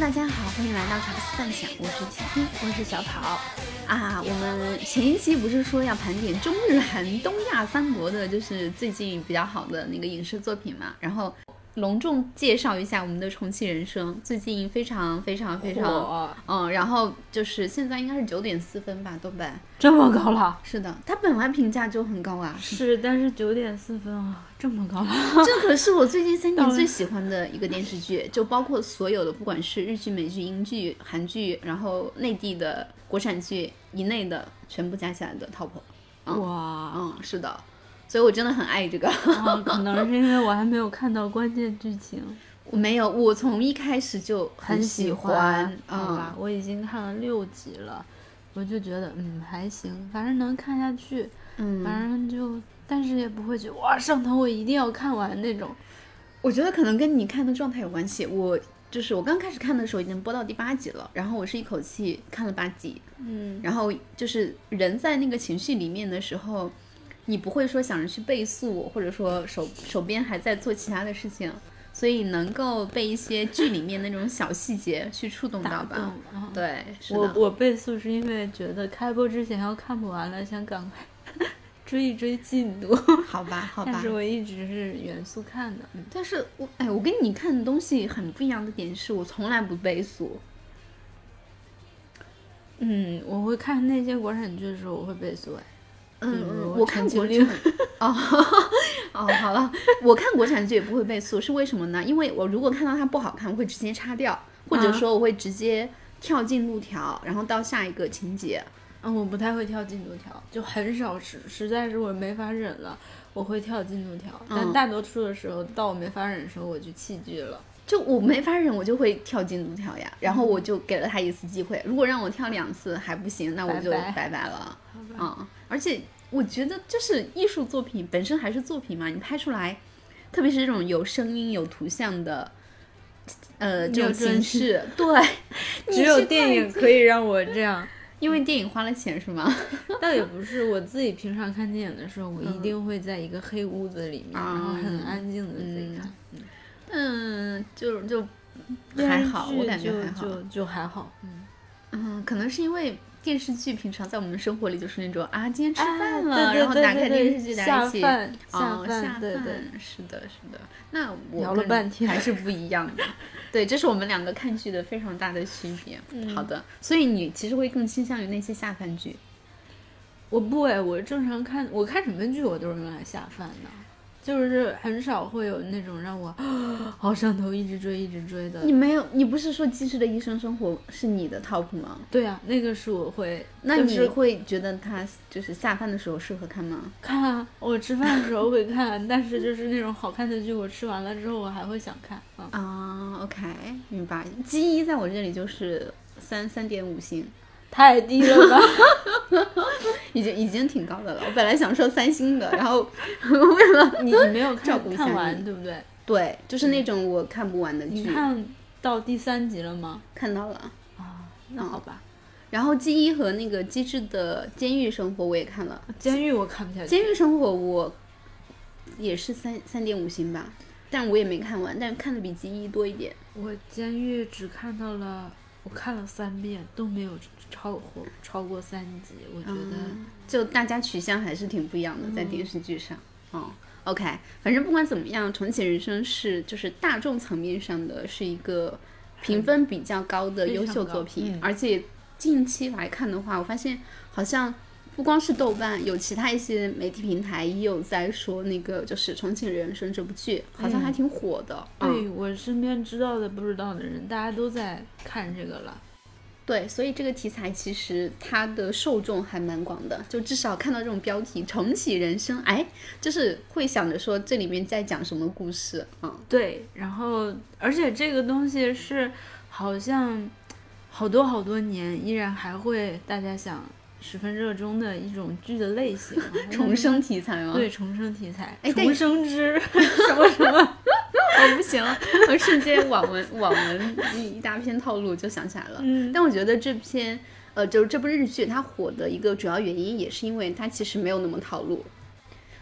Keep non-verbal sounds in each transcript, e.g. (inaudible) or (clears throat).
大家好，欢迎来到茶不思饭想，我是七七，我是小跑啊。我们前一期不是说要盘点中日韩东亚三国的，就是最近比较好的那个影视作品嘛？然后隆重介绍一下我们的《重启人生》，最近非常非常非常，火嗯，然后就是现在应该是九点四分吧，豆瓣这么高了？，是的，它本来评价就很高啊是，但是九点四分啊，这么高了？ (laughs) 这可是我最近三年最喜欢的一个电视剧，就包括所有的，不管是日剧、美剧、英剧、韩剧，然后内地的国产剧以内的，全部加起来的 top。哇，嗯，是的，所以我真的很爱这个。 (laughs) 啊可能是因为我还没有看到关键剧情，我没有，我从一开始就很喜欢。好吧嗯，，我已经看了六集了，我就觉得嗯还行，反正能看下去，嗯，反正就。但是也不会觉得哇上头，我一定要看完那种。我觉得可能跟你看的状态有关系。我就是我刚开始看的时候已经播到第八集了，然后我是一口气看了八集，嗯，然后就是人在那个情绪里面的时候，你不会说想着去倍速，或者说手手边还在做其他的事情，所以能够被一些剧里面那种小细节去触动到打吧动。。啊对，是我的。我倍速是因为觉得开播之前要看不完了，想赶快 (laughs) 追一追进度。好吧，好但吧是。我一直是原速看的，嗯，但是我哎，我跟你看的东西很不一样的点是我从来不倍速。嗯，我会看那些国产剧的时候，我会背速哎，嗯，比如我看陈啊国情剧令，哦哦，好了，我看国产剧也不会倍速，是为什么呢？因为我如果看到它不好看，我会直接擦掉，或者啊说我会直接跳进路条，然后到下一个情节。嗯，我不太会跳进度条，就很少实，实在是我没法忍了，我会跳进度条，但嗯大多数的时候，到我没法忍的时候，我就弃剧了。就我没法忍，我就会跳进路条呀。然后嗯我就给了他一次机会，如果让我跳两次还不行，那我就拜拜拜拜了。好吧，嗯，而且我觉得就是艺术作品本身还是作品嘛，你拍出来，特别是这种有声音、有图像的，呃，这有种形真实 (laughs) 式，对，只有电影可以让我这样，因为电影花了钱是吗？ (laughs) 倒也不是我自己平常看电影的时候，我嗯一定会在一个黑屋子里面，然后很安静的自己看。嗯，就就还好，我感觉电视还剧好就。就就还好，嗯，嗯，可能是因为电视剧平常在我们生活里就是那种啊，今天吃饭了，啊对对然后对打对开对电视剧，大家下一起。饭哦，饭，下对对。饭是的，是的。那我聊了跟你半天还是不一样 (laughs) 的。对，这是我们两个看剧的非常大的区别。嗯好的，所以你其实会更倾向于那些下饭剧。我不哎，我正常看，我看什么剧我都是用来下饭的，就是很少会有那种让我好上头，一直追一直追的你。没有，你不是说《机智的医生生活》是你的 top 吗？对啊，那个是我会，那就你是会觉得它就是下饭的时候适合看吗？看啊，我吃饭的时候会看，但是就是那种好看的剧，我吃完了之后我还会想看啊。啊、o k 明白。基一在我这里就是三三点五星，太低了 (laughs) 吧？已经已经挺高的了。我本来想说三星的，然后 (laughs) 为了你你没有照看顾一下看你完对不对？对，就是那种我看不完的你剧，看到第三集了吗？看到了。啊，那好吧。然后基一和那个机智的监狱生活我也看了，监狱我看不下去。监狱生活我也是三三点五星吧，但我也没看完，但看的比基一多一点。我监狱只看到了，我看了三遍都没有超过超过三集，我觉得、嗯就大家取向还是挺不一样的，在电视剧上。哦，OK，反正不管怎么样，《重启人生》是就是大众层面上的是一个评分比较高的非优常秀高作品，嗯而且近期来看的话，我发现好像。不光是豆瓣，有其他一些媒体平台也有在说那个就是《重庆人生》这部剧，好像还挺火的。嗯对我身边知道的不知道的人，大家都在看这个了。对，所以这个题材其实它的受众还蛮广的，就至少看到这种标题“重启人生”，哎，就是会想着说这里面在讲什么故事，嗯，对，然后而且这个东西是好像好多好多年依然还会大家想十分热衷的一种剧的类型，好 (laughs) 像重生题材吗？对，重生题材，哎但重生之 (laughs) 什么什么。 (laughs) 我哦不行，我瞬间网文网文一一大片套路就想起来了。嗯但我觉得这篇呃，就是这部日剧它火的一个主要原因，也是因为它其实没有那么套路。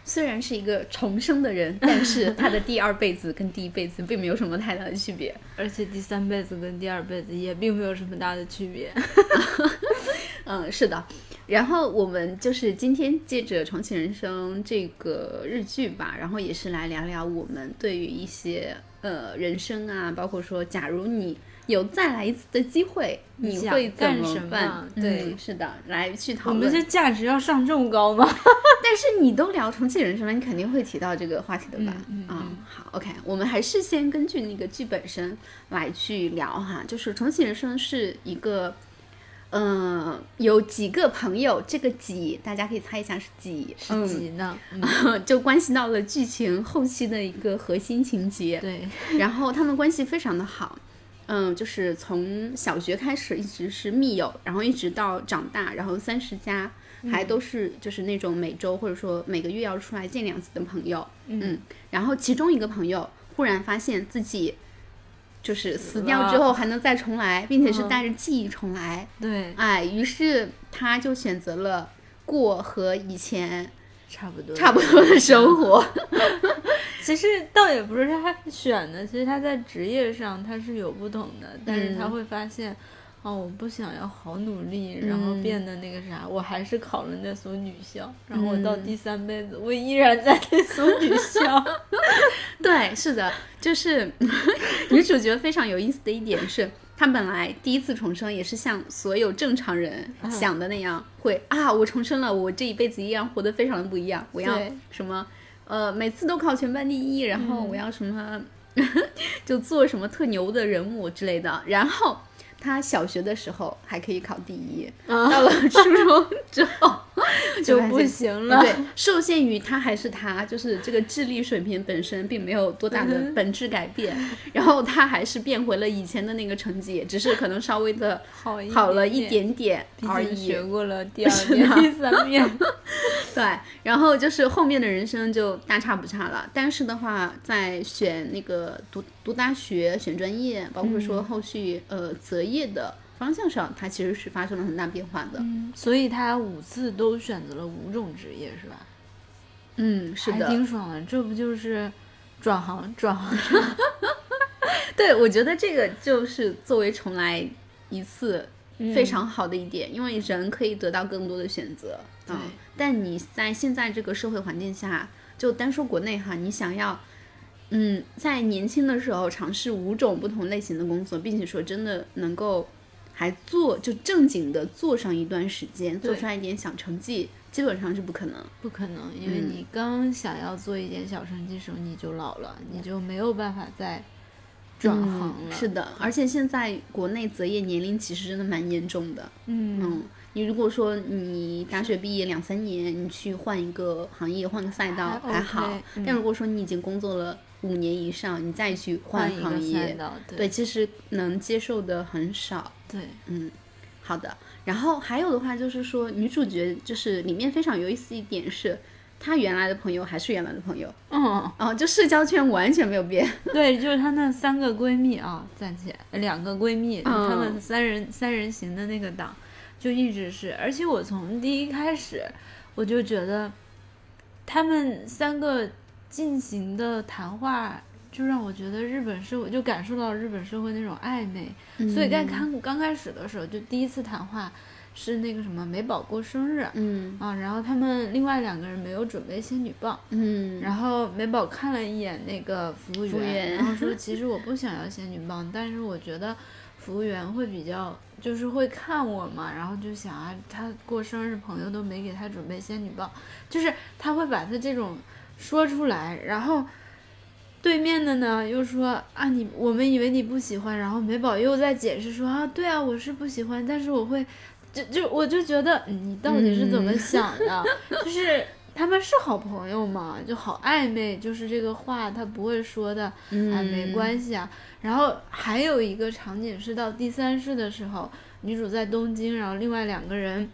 虽然是一个重生的人，但是他的第二辈子跟第一辈子并没有什么太大的区别。而且第三辈子跟第二辈子也并没有什么大的区别。嗯，是的。然后我们就是今天借着《重启人生》这个日剧吧，然后也是来聊聊我们对于一些呃人生啊，包括说，假如你有再来一次的机会，你你想会怎干什么么办？对嗯是的，来去讨我们论。这价值要上这么高吗？但是你都聊重启人生了，你肯定会提到这个话题的吧？嗯嗯啊、好，OK，我们还是先根据那个剧本身来去聊哈，就是重启人生是一个，嗯、有几个朋友，这个几大家可以猜一下 (laughs) 是几，是几呢？嗯，嗯，就关系到了剧情后期的一个核心情节。对， (laughs) 然后他们关系非常的好，嗯，就是从小学开始一直是密友，然后一直到长大，然后三十加，嗯还都是就是那种每周或者说每个月要出来见两次的朋友，嗯然后其中一个朋友忽然发现自己就是死了掉之后还能再重来，并且是嗯带着记忆重来，对，哎，于是他就选择了过和以前差不多，差不多的生活。其实倒也不是他选的，其实他在职业上他是有不同的，但是嗯他会发现，哦，我不想要好努力，然后变得那个啥，我还是考了那所女校，嗯然后我到第三辈子，我依然在那所 (laughs) 女校。 (laughs) 对，是的，就是 (laughs) 女主角非常有意思的一点是，她本来第一次重生也是像所有正常人嗯想的那样，会啊，我重生了，我这一辈子依然活得非常的不一样，我要对什么呃，每次都考全班第一，然后我嗯要什么、 (laughs) 就做什么特牛的人物之类的，然后。她小学的时候还可以考第一，到了初中之后嗯 (laughs) 就啊发不现行了对，受限于他还是他，就是这个智力水平本身并没有多大嗯的本质改变，然后他还是变回了以前的那个成绩，只是可能稍微的好一好了一点点点毕而竟已学。过了第二遍、第三 (laughs) 遍，对，然后就是后面的人生就大差不差了。但是的话，在选那个读读大学、选专业，包括嗯说后续、呃择业的方向上，它其实是发生了很大变化的。所以他五次都选择了五种职业，是吧？嗯，是还的，挺爽的，这不就是转行转行？对，我觉得这个就是作为重来一次嗯非常好的一点，因为人可以得到更多的选择。对嗯，但你在现在这个社会环境下，就单说国内哈，你想要，嗯，在年轻的时候尝试五种不同类型的工作，并且说真的能够还做就正经的做上一段时间，做对出来一点小成绩，基本上是不可能。不可能，因嗯为你刚想要做一点小成绩的时候，你就老了，你就没有办法再转行了。嗯是，的，而且现在国内择业年龄其实真的蛮严重的。嗯，嗯，你如果说你大学毕业两三年，你去换一个行业、换个赛道还还好 OK，嗯但如果说你已经工作了五年以上，你再去换换一行个赛业，道，对对，其实能接受的很少。对嗯，好的。然后还有的话就是说，女主角就是里面非常有意思一点是，她原来的朋友还是原来的朋友，嗯，哦，就社交圈完全没有变。 (laughs) 对，就是她那三个闺蜜啊，暂且两个闺蜜，嗯她们三人三人行的那个档，就一直是，而且我从第一开始我就觉得，她们三个进行的谈话。就让我觉得日本社会，就感受到日本社会那种暧昧，所以在看刚开始的时候，就第一次谈话是那个什么美宝过生日嗯啊，然后他们另外两个人没有准备仙女棒，嗯，然后美宝看了一眼那个服务员，服务员 (laughs) 然 (laughs) 后说其实我不想要仙女棒，但是我觉得服务员会比较就是会看我嘛，然后就想啊，他过生日朋友都没给他准备仙女棒，就是他会把他这种说出来，然后。对面的呢又说啊你我们以为你不喜欢，然后美宝又在解释说啊对啊我是不喜欢，但是我会，就就我就觉得嗯你到底是怎么嗯想 (laughs) 的？就是他们是好朋友嘛，就好暧昧，就是这个话他不会说的，哎嗯没关系啊。然后还有一个场景是到第三世的时候，女主在东京，然后另外两个人。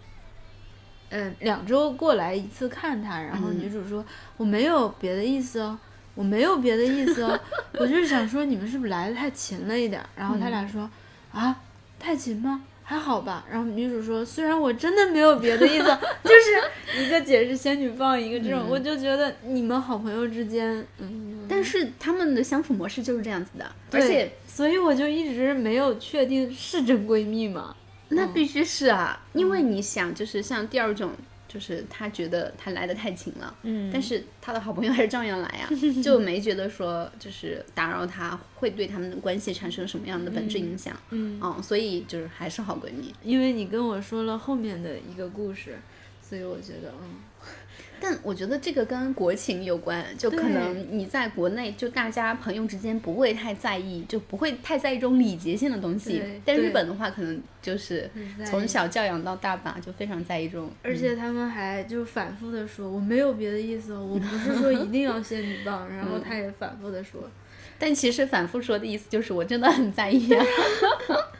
嗯，两周过来一次看他，然后嗯女主说、我没有别的意思哦，我没有别的意 (laughs) 思哦，嗯我就是想说你们是不是来的太勤了一点儿？然后他俩说、啊，太勤吗？还好吧？然后女主说，虽然我真的没有别的意思， (laughs) 就是一个解释仙女棒，一个这种，嗯我就觉得你们好朋友之间，嗯，但是他们的相处模式就是这样子的，而对且所以我就一直没有确定是真闺蜜吗？那嗯必须是啊，因为你想，就是像第二种，就是他觉得他来的太勤了，嗯但是他的好朋友还是照样来呀、就没觉得说就是打扰他会对他们的关系产生什么样的本质影响，嗯，嗯，所以就是还是好闺蜜。因为你跟我说了后面的一个故事，所以我觉得，嗯，但我觉得这个跟国情有关，就可对能你在国内，就大家朋友之间不会太在意，就不会太在意这种礼节性的东西对。但日对本的话，可能就是很在意从小教养到大吧，就非常在意这种。而且他们还就反复的说，我没有别的意思哦，我不是说一定要仙女棒，然嗯后他也反复的说，但其实反复说的意思就是我真的很在意、啊。 (laughs)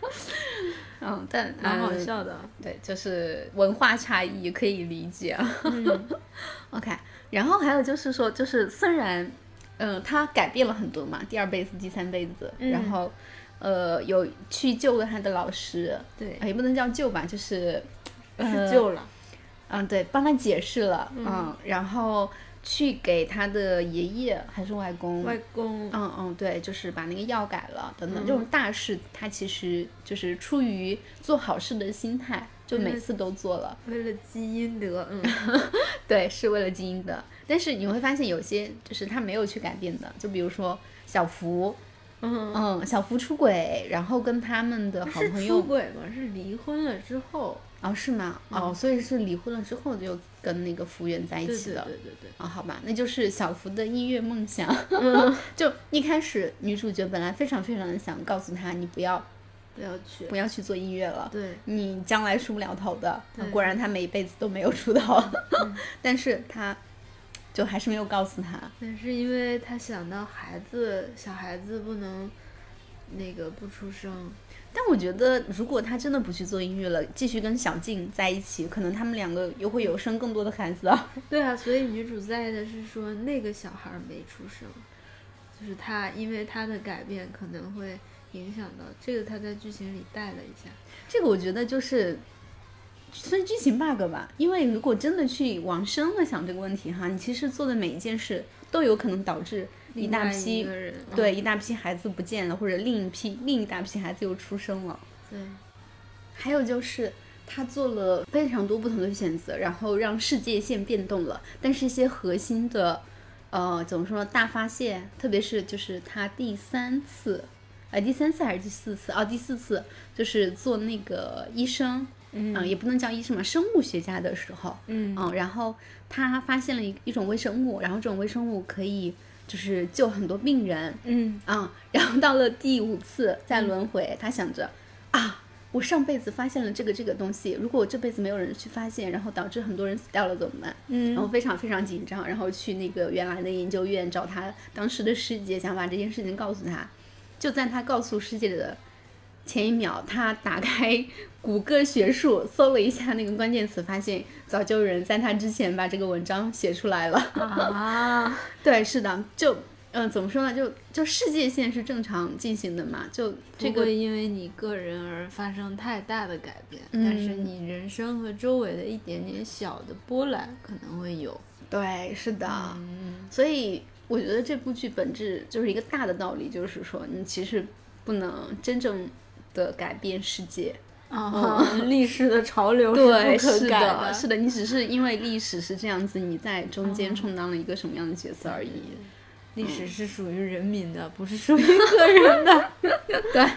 嗯，但蛮好呃笑的。啊对，就是文化差异可以理解啊。嗯 (laughs) OK，然后还有就是说，就是虽然，嗯、他改变了很多嘛，第二辈子、第三辈子，然嗯后，呃，有去救了他的老师，对啊，也不能叫救吧，就是，呃是救了，嗯，对，帮他解释了，嗯，然后去给他的爷爷还是外公，外公，嗯嗯，对，就是把那个药改了等嗯等，这种大事，他其实就是出于做好事的心态，就每嗯次都做 (laughs) 了。为了积阴德，嗯，对，是为了基因的。但是你会发现有些就是他没有去改变的，就比如说小福，嗯，嗯，小福出轨，然后跟他们的好是朋出友，轨吗？是离婚了之后，哦，是吗？嗯哦，所以是离婚了之后就跟那个服务员在一对对起对的。对对，啊、好吧，那就是小福的音乐梦想。嗯 (laughs) 就一开始女主角本来非常非常的想告诉他，你不要不要去，不要去做音乐了，对，你将来出不了头的。对嗯果然他每一辈子都没有出头， (laughs) 但是他就还是没有告诉他。但是因为他想到孩子，小孩子不能那个不出声，但我觉得，如果他真的不去做音乐了，继续跟小静在一起，可能他们两个又会有生更多的孩子啊。 (laughs) 对啊，所以女主在意的是说那个小孩儿没出生，就是他因为他的改变可能会影响到这个，他在剧情里带了一下。这个我觉得就是算剧情 bug 吧，因为如果真的去往深了想这个问题哈，你其实做的每一件事都有可能导致一另大外一批个人，嗯对一大批孩子不见了，或者另一批另一大批孩子又出生了。对，还有就是他做了非常多不同的选择，然后让世界线变动了，但是一些核心的，呃，怎么说呢大发现，特别是就是他第三次，呃，第三次还是第四次？哦，第四次就是做那个医生，嗯、也不能叫医生嘛，生物学家的时候，嗯嗯，然后他发现了一一种微生物，然后这种微生物可以就是救很多病人，嗯，啊、 (laughs) 然后到了第五次再轮回，他想着啊，我上辈子发现了这个这个东西，如果我这辈子没有人去发现，然后导致很多人死掉了怎么办？嗯然后非常非常紧张，然后去那个原来的研究院找他当时的师姐，想把这件事情告诉他。就在他告诉师姐的前一秒，他打开谷歌学术搜了一下那个关键词，发现早就有人在他之前把这个文章写出来了。啊，对，是的，就嗯、呃怎么说呢？就就世界线是正常进行的嘛，就这这个个因为你个人而发生太大的改变，但是嗯你人生和周围的一点点小的波澜可能会有。对，是的，嗯，所以我觉得这部剧本质就是一个大的道理，就是说你其实不能真正的改变世界，啊，历史的潮流对，是不可是改的，是的，你只是因为历史是这样子，你在中嗯间充当了一个什么样的角色而已。嗯历史是属于人民的，不是属于个人的。 (laughs) 对，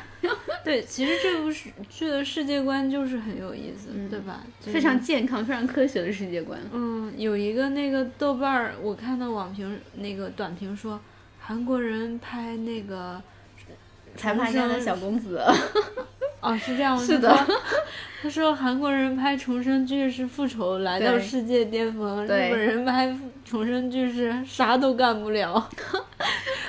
对，其实这部世剧的世界观就是很有意思，对吧？就是嗯非常健康、非常科学的世界观。嗯，有一个那个豆瓣儿，我看到网评那个短评说，韩国人拍那个财阀家的小公子，哦是这样 (laughs) 吗，是他的说，他说韩国人拍重生剧是复仇来到对世界巅峰，日对本人拍重生剧是啥都干不了。 (laughs)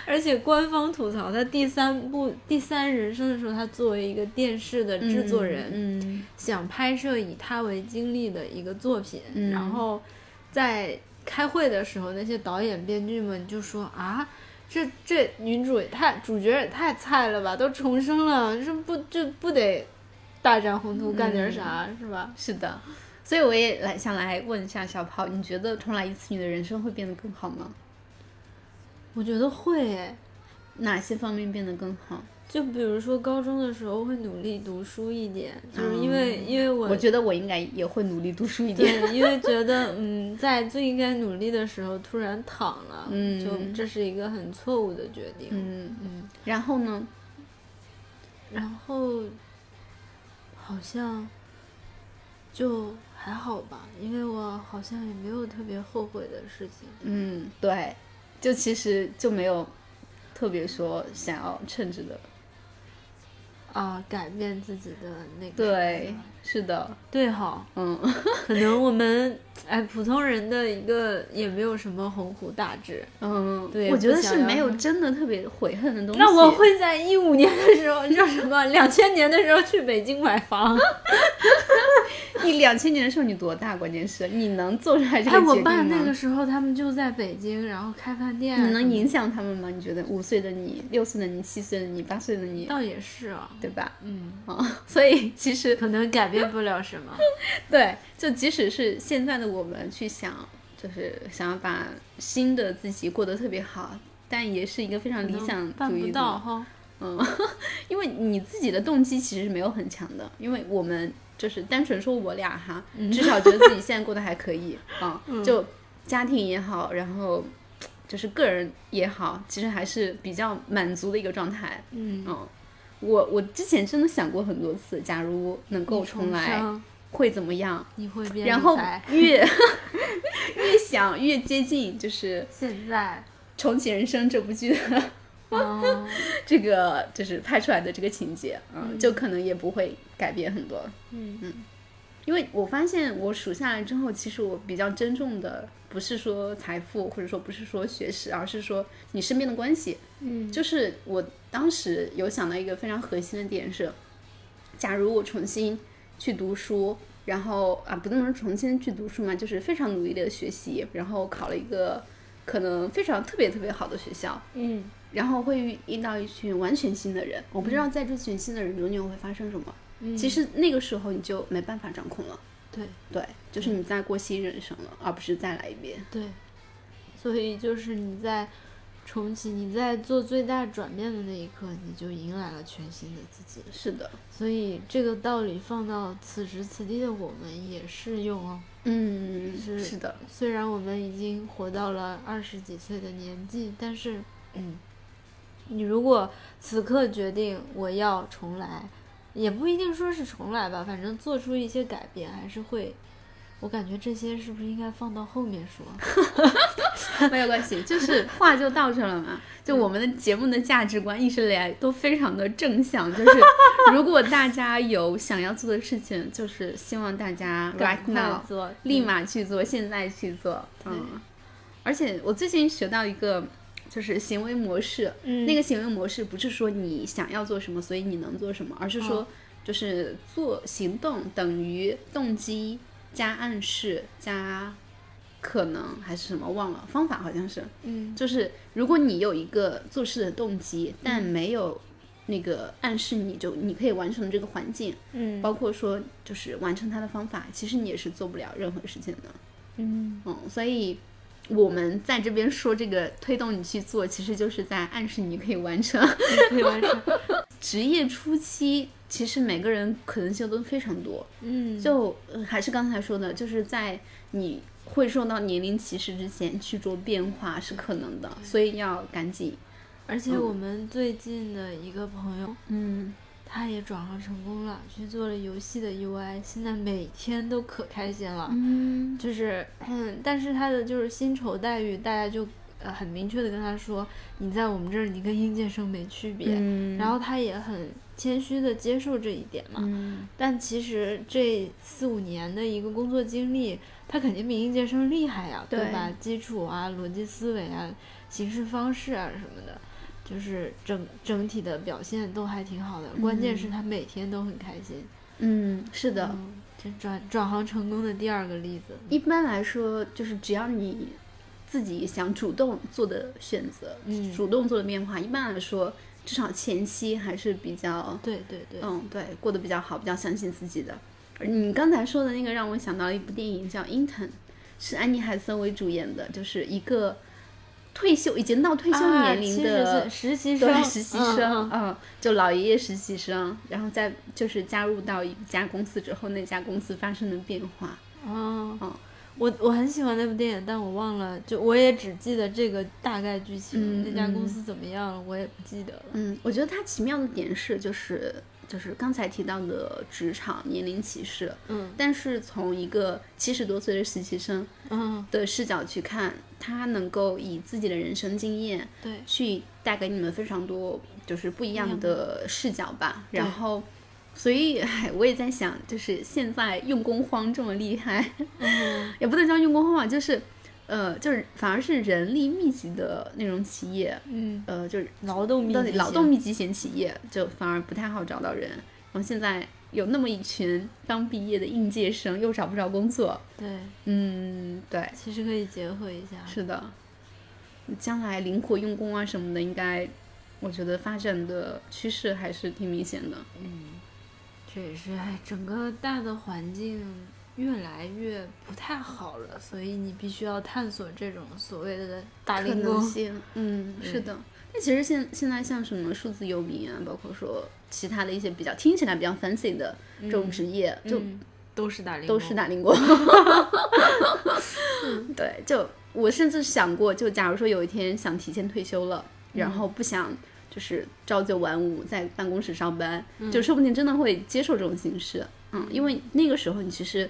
而且官方吐槽他第三部《第三人生》的时候，他作为一个电视的 (laughs) 制作人，嗯，想拍摄以他为经历的一个作品，嗯然后在开会的时候，那些导演、编剧们就说啊。这这女主也太主角也太菜了吧，都重生了，这不就不得大展宏图嗯干点啥，是吧？是的，所以我也来想来问一下小跑，你觉得重来一次，你的人生会变得更好吗？我觉得会诶，哪些方面变得更好？就比如说高中的时候会努力读书一点，就是因为、因为我嗯我觉得我应该也会努力读书一点。对，因为觉得嗯，在最应该努力的时候突然躺了，嗯就这是一个很错误的决定。嗯，嗯然后呢？然后好像就还好吧，因为我好像也没有特别后悔的事情。嗯，对，就其实就没有特别说想要称职的。啊，改变自己的那个对，是的，对哈，嗯，可能我们哎普通人的一个也没有什么鸿鹄大志。嗯，对我觉得不想是要没有真的特别悔恨的东西。那我会在一五年的时候，叫什么？两千年的时候去北京买房。你两千年的时候你多大？关键是你能做出来这个 (laughs) 决哎，定吗？我 (laughs) 爸那个时候他们就在北京，然后开饭店啊什你么的。能影响他们吗？你觉得五岁的你、六岁的你、七岁的你、八岁的你，倒也是啊，对吧？嗯，啊、所以其实可能改变不了什么。对，就即使是现在的我们去想，就是想要把新的自己过得特别好，但也是一个非常理想办主不义到的，哈。嗯，因为你自己的动机其实是没有很强的，因为我们就是单纯说我俩哈，嗯至少觉得自己现在过得还可以 (laughs) 啊、就家庭也好，然后就是个人也好，其实还是比较满足的一个状态，嗯，嗯。我我之前真的想过很多次，假如能够重来商会怎么样？你会变然后理财越 (laughs) 越想越接近，就是现 (laughs) 在， 《重启人生》这部剧的 (laughs) 嗯这个就是拍出来的这个情节，嗯，就可能也不会改变很多，嗯因为我发现我数下来之后，其实我比较珍重的不是说财富，或者说不是说学识，而是说你身边的关系。嗯，就是我当时有想到一个非常核心的点是，假如我重新去读书，然后啊，不能说重新去读书嘛，就是非常努力的学习，然后考了一个可能非常特别特别好的学校，嗯然后会遇遇到一群完全新的人，我不知道在这群新的人中间会发生什么。嗯，其实那个时候你就没办法掌控了，对对，嗯就是你在过新人生了，而不是再来一遍。对，所以就是你在重启，你在做最大转变的那一刻，你就迎来了全新的自己。是的，所以这个道理放到此时此地的我们也适用哦。嗯，是是的，虽然我们已经活到了二十几岁的年纪，但是，嗯，你如果此刻决定我要重来，也不一定说是重来吧，反正做出一些改变还是会。我感觉这些是不是应该放到后面说？没有关系，就是话就到这了 (laughs) 嘛。就我们的节目的价值观一直以来都非常的正向，就是 (laughs) 如果大家有想要做的事情，就是希望大家 (laughs) right 快 now 做，立马去做，现在去做。嗯，而且我最近学到一个。就是行为模式，嗯那个行为模式不是说你想要做什么，所以你能做什么，而是说就是做行动等于动机加暗示加可能还是什么忘了方法好像是，嗯就是如果你有一个做事的动机，但没有那个暗示你就你可以完成这个环境，嗯包括说就是完成它的方法，其实你也是做不了任何事情的。嗯，嗯，所以我们在这边说这个推动你去做，其实就是在暗示你可以完成。 (laughs) 嗯可以完成。职业初期，其实每个人可能性都非常多，(laughs) 嗯，就、呃还是刚才说的，就是在你会受到年龄歧视之前去做变化是可能的，所以要赶紧。而且我们最近的一个朋友，嗯，他也转行成功了，去做了游戏的 UI，现在每天都可开心了。嗯，就是， (clears throat) 但是他的就是薪酬待遇，大家就呃很明确的跟他说，你在我们这儿你跟应届生没区别。嗯然后他也很谦虚的接受这一点嘛。嗯，但其实这四五年的一个工作经历，他肯定比应届生厉害呀，对吧？基础啊、逻辑思维啊、行事方式啊什么的，就是整整体的表现都还挺好的。关键是他每天都很开心。嗯，是的。嗯，这转转行成功的第二个例子。一般来说，就是只要你自己想主动做的选择，嗯主动做的变化，一般来说至少前期还是比较，对对对，嗯，对，过得比较好，比较相信自己的。而你刚才说的那个让我想到一部电影叫《Intern》，是安妮海瑟薇主演的，就是一个退休已经到退休啊年龄的、 70岁实习对生，实习嗯生，嗯嗯就老爷爷实习生，然后再就是加入到一家公司之后，那家公司发生的变化，哦，嗯我我很喜欢那部电影，但我忘了，就我也只记得这个大概剧情，嗯那家公嗯司怎么样了，我也不记得了。嗯，我觉得它奇妙的点是，就是就是刚才提到的职场年龄歧视，嗯但是从一个七十多岁的实习生嗯，的视角去看，他能够以自己的人生经验嗯对，去带给你们非常多就是不一样的视角吧。对然后，所以唉我也在想，就是现在用工荒这么厉害，嗯也不能叫用工荒吧，就是呃，就是反而是人力密集的那种企业，嗯，呃，就是劳动密到集底劳型动密集型企业就反而不太好找到人。然后现在有那么一群刚毕业的应届生，又找不着工作。对，嗯，对，其实可以结合一下。是的，将来灵活用工啊什么的，应该我觉得发展的趋势还是挺明显的。嗯，这也是哎，整个大的环境越来越不太好了，所以你必须要探索这种所谓的大可龄能工。性，嗯，是嗯的。但其实现现在像什么数字游民啊，包括说其他的一些比较听起来比较 fancy 的这种职业，就嗯都是大龄都工，是打零工。 (laughs) 对，就我甚至想过，就假如说有一天想提前退休了，然后不想就是朝九晚五在办公室上班，就说不定真的会接受这种形式。嗯，因为那个时候你其实，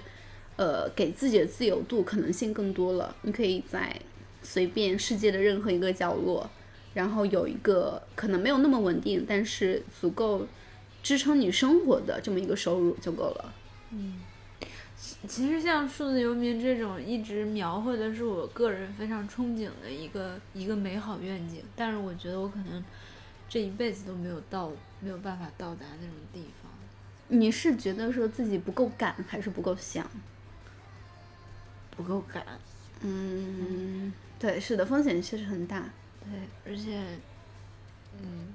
呃，给自己的自由度可能性更多了，你可以在随便世界的任何一个角落，然后有一个可能没有那么稳定，但是足够支撑你生活的这么一个收入就够了。其实像《数字游民》这种，一直描绘的是我个人非常憧憬的一个一个美好愿景，但是我觉得我可能这一辈子都没有到，没有办法到达那种地方。你是觉得说自己不够敢，还是不够想？不够敢，嗯，对，是的，风险确实很大。对，而且，嗯，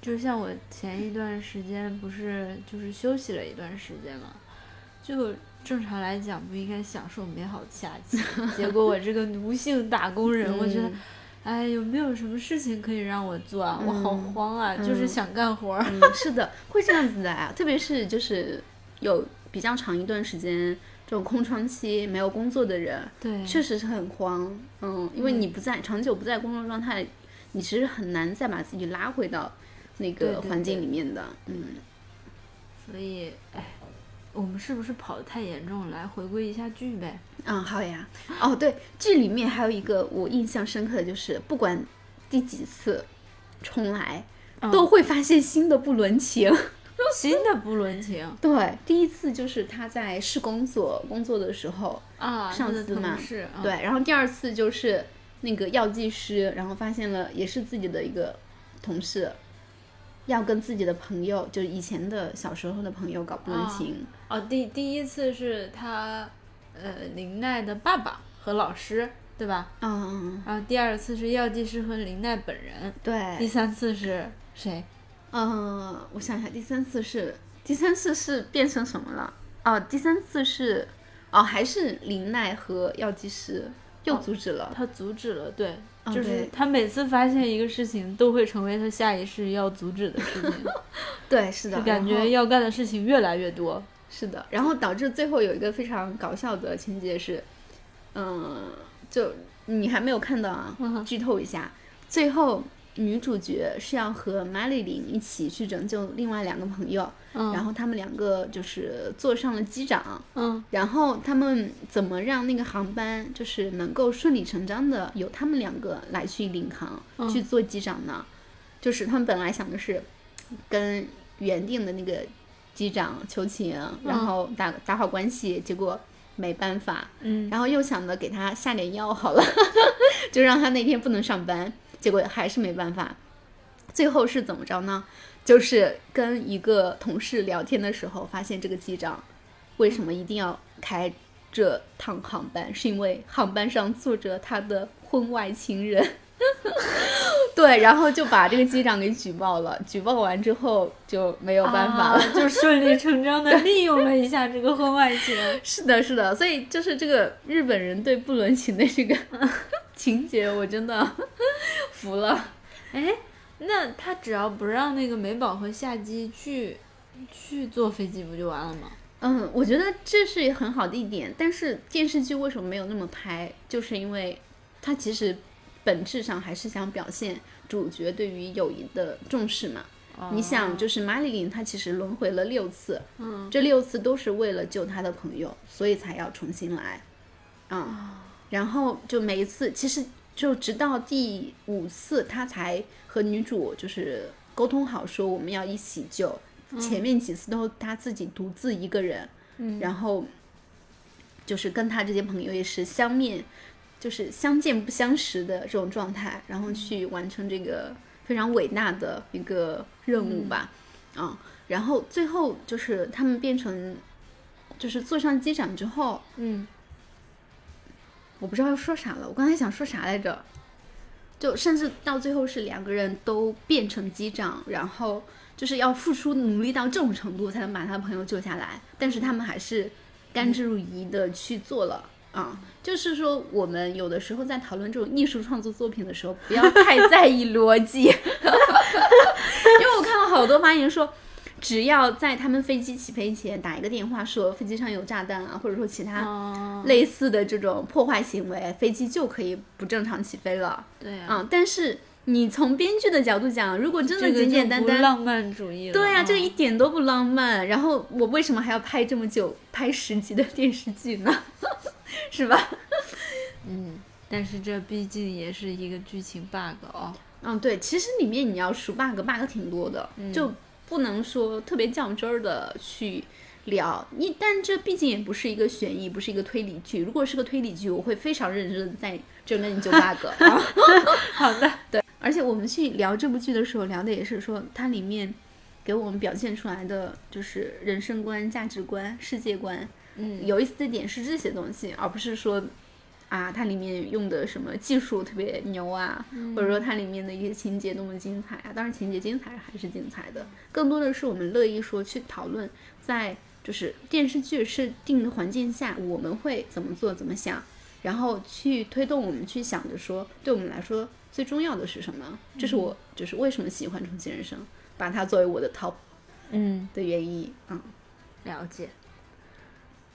就像我前一段时间不是就是休息了一段时间嘛，就正常来讲不应该享受美好的假期， (laughs) 结果我这个奴性打工人，我觉得嗯，哎，有没有什么事情可以让我做啊？我好嗯慌啊，就是嗯想干活儿。嗯，是的，会这样子的啊，特别是就是有比较长一段时间这种空窗期没有工作的人，对，确实是很慌。嗯，因为你不在长久不在工作状态，你其实很难再把自己拉回到那对个对环境对里面的。嗯，所以哎，我们是不是跑得太严重了？来回归一下剧呗。嗯，好呀。哦，对，剧里面还有一个我印象深刻的就是，不管第几次重来，都会发现新的不伦情。 (laughs) 新的不伦情对，第一次就是他在市公所工作的时候，啊，上他的司同嘛事，啊对，然后第二次就是那个药剂师，然后发现了也是自己的一个同事。要跟自己的朋友，就是以前的小时候的朋友搞不伦啊情，哦，第第一次是他，呃，林奈的爸爸和老师，对吧？嗯，然后第二次是药剂师和林奈本人，第对，三次是谁？嗯，我想一下，第三次是第三次是变成什么了？哦，第三次是哦，还是林奈和药剂师又阻止了，哦他阻止了，对，哦就是对他每次发现一个事情，都会成为他下意识要阻止的 (laughs) 事情，对，是的就，感然后觉要干的事情越来越多。是的，然后导致最后有一个非常搞笑的情节是，嗯，就你还没有看到啊嗯哼，剧透一下，最后女主角是要和马丽琳一起去拯救另外两个朋友，嗯，然后他们两个就是坐上了机长，嗯，然后他们怎么让那个航班就是能够顺理成章的由他们两个来去领航、嗯去做机长呢？就是他们本来想的是跟原定的那个机长求情，嗯然后打打好关系，结果没办法，嗯，然后又想着给他下点药好了， (laughs) 就让他那天不能上班，结果还是没办法。最后是怎么着呢？就是跟一个同事聊天的时候，发现这个机长为什么一定要开这趟航班，是因为航班上坐着他的婚外情人。 (laughs) 对，然后就把这个机长给举报了。举报完之后就没有办法了。啊就顺理成章的利用了一下这个婚外情。 (laughs) 是的，是的，所以就是这个日本人对不伦情的这 (laughs) 个情节，我真的 (laughs) 服了。哎，那他只要不让那个美宝和夏姬去去坐飞机，不就完了吗？嗯，我觉得这是很好的一点，但是电视剧为什么没有那么拍，就是因为它其实本质上还是想表现主角对于友谊的重视嘛。你想，就是马里林她其实轮回了六次，嗯，这六次都是为了救她的朋友，所以才要重新来，嗯，然后就每一次，其实就直到第五次，她才和女主就是沟通好，说我们要一起救。前面几次都是她自己独自一个人，嗯然后就是跟她这些朋友也是相面，就是相见不相识的这种状态，然后去完成这个非常伟大的一个任务吧，啊、然后最后就是他们变成，就是坐上机长之后，嗯，我不知道要说啥了，我刚才想说啥来着，就甚至到最后是两个人都变成机长，然后就是要付出努力到这种程度才能把他的朋友救下来，但是他们还是甘之如饴的去做了。啊、就是说，我们有的时候在讨论这种艺术创作作品的时候，不要太在意逻辑， (laughs) 因为我看到好多发言说，只要在他们飞机起飞前打一个电话说飞机上有炸弹啊，或者说其他哦，类似的这种破坏行为，飞机就可以不正常起飞了。对呀、啊、但是你从编剧的角度讲，如果真的这个简就简单不单，浪漫主义了。对呀、啊，这个一点都不浪漫。然后我为什么还要拍这么久，拍十集的电视剧呢？ (laughs) 是吧？嗯，但是这毕竟也是一个剧情 bug 哦。嗯，对，其实里面你要数 bug，bug 挺多的，嗯就不能说特别较真儿的去聊。你但这毕竟也不是一个悬疑，不是一个推理剧。如果是个推理剧，我会非常认真的在这儿跟你纠 (laughs) bug 啊。好的，而且我们去聊这部剧的时候，聊的也是说它里面给我们表现出来的就是人生观、价值观、世界观。嗯，有意思的点是这些东西，而不是说啊，它里面用的什么技术特别牛啊，或者说它里面的一些情节多么精彩啊。当然，情节精彩还是精彩的，更多的是我们乐意说去讨论，在就是电视剧设定的环境下，我们会怎么做、怎么想，然后去推动我们去想着说，对我们来说最重要的是什么？这是我就是为什么喜欢《重启人生》，把它作为我的 top 嗯。的原因嗯。了解。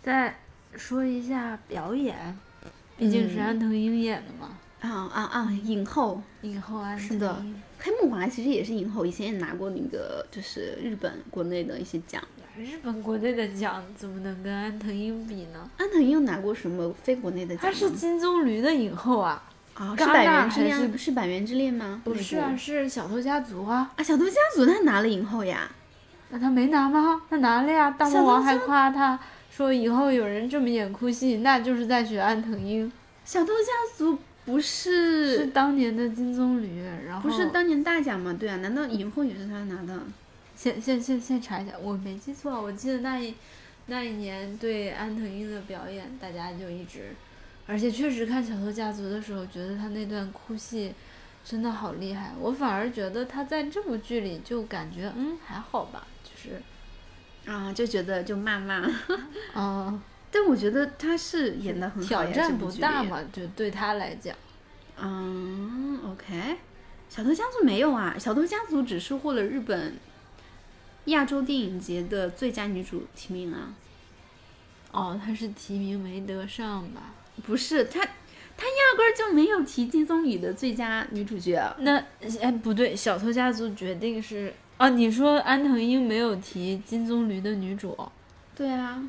再说一下表演，毕竟是嗯安藤樱演的嘛，啊啊啊！影后影后安藤是的樱，黑木华其实也是影后，以前也拿过那个就是日本国内的一些奖。日本国内的奖怎么能跟安藤樱比呢？嗯安藤樱拿过什么非国内的奖她吗？是金棕榈的影后啊，啊，是戛百纳元之还恋啊是是百元之恋吗？不那是部啊，是小偷家族啊，啊，小偷家族他拿了影后呀。那她没拿吗？她拿了呀，大小魔偷王家还夸她说以后有人这么演哭戏，那就是在学安藤樱，小偷家族不是哦是当年的金棕榈，然后不是当年大奖吗？对啊，难道影后也是他拿的？先先先先查一下，我没记错，啊我记得那一那一年对安藤樱的表演，大家就一直，而且确实看《小偷家族》的时候，觉得她那段哭戏真的好厉害。我反而觉得她在这部剧里就感觉嗯还好吧，就是啊，就觉得就骂骂， (laughs) 嗯但我觉得他是演的很好挑呀战不这部大。剧里嘛，就对她来讲，嗯，OK，小偷家族没有啊，小偷家族只是获了日本亚洲电影节的最佳女主提名啊，哦，她是提名没得上吧？不是她，她压根儿就没有提金棕榈的最佳女主角。那哎不对，《小偷家族》决定是哦，你说安藤樱没有提金棕榈的女主。对啊，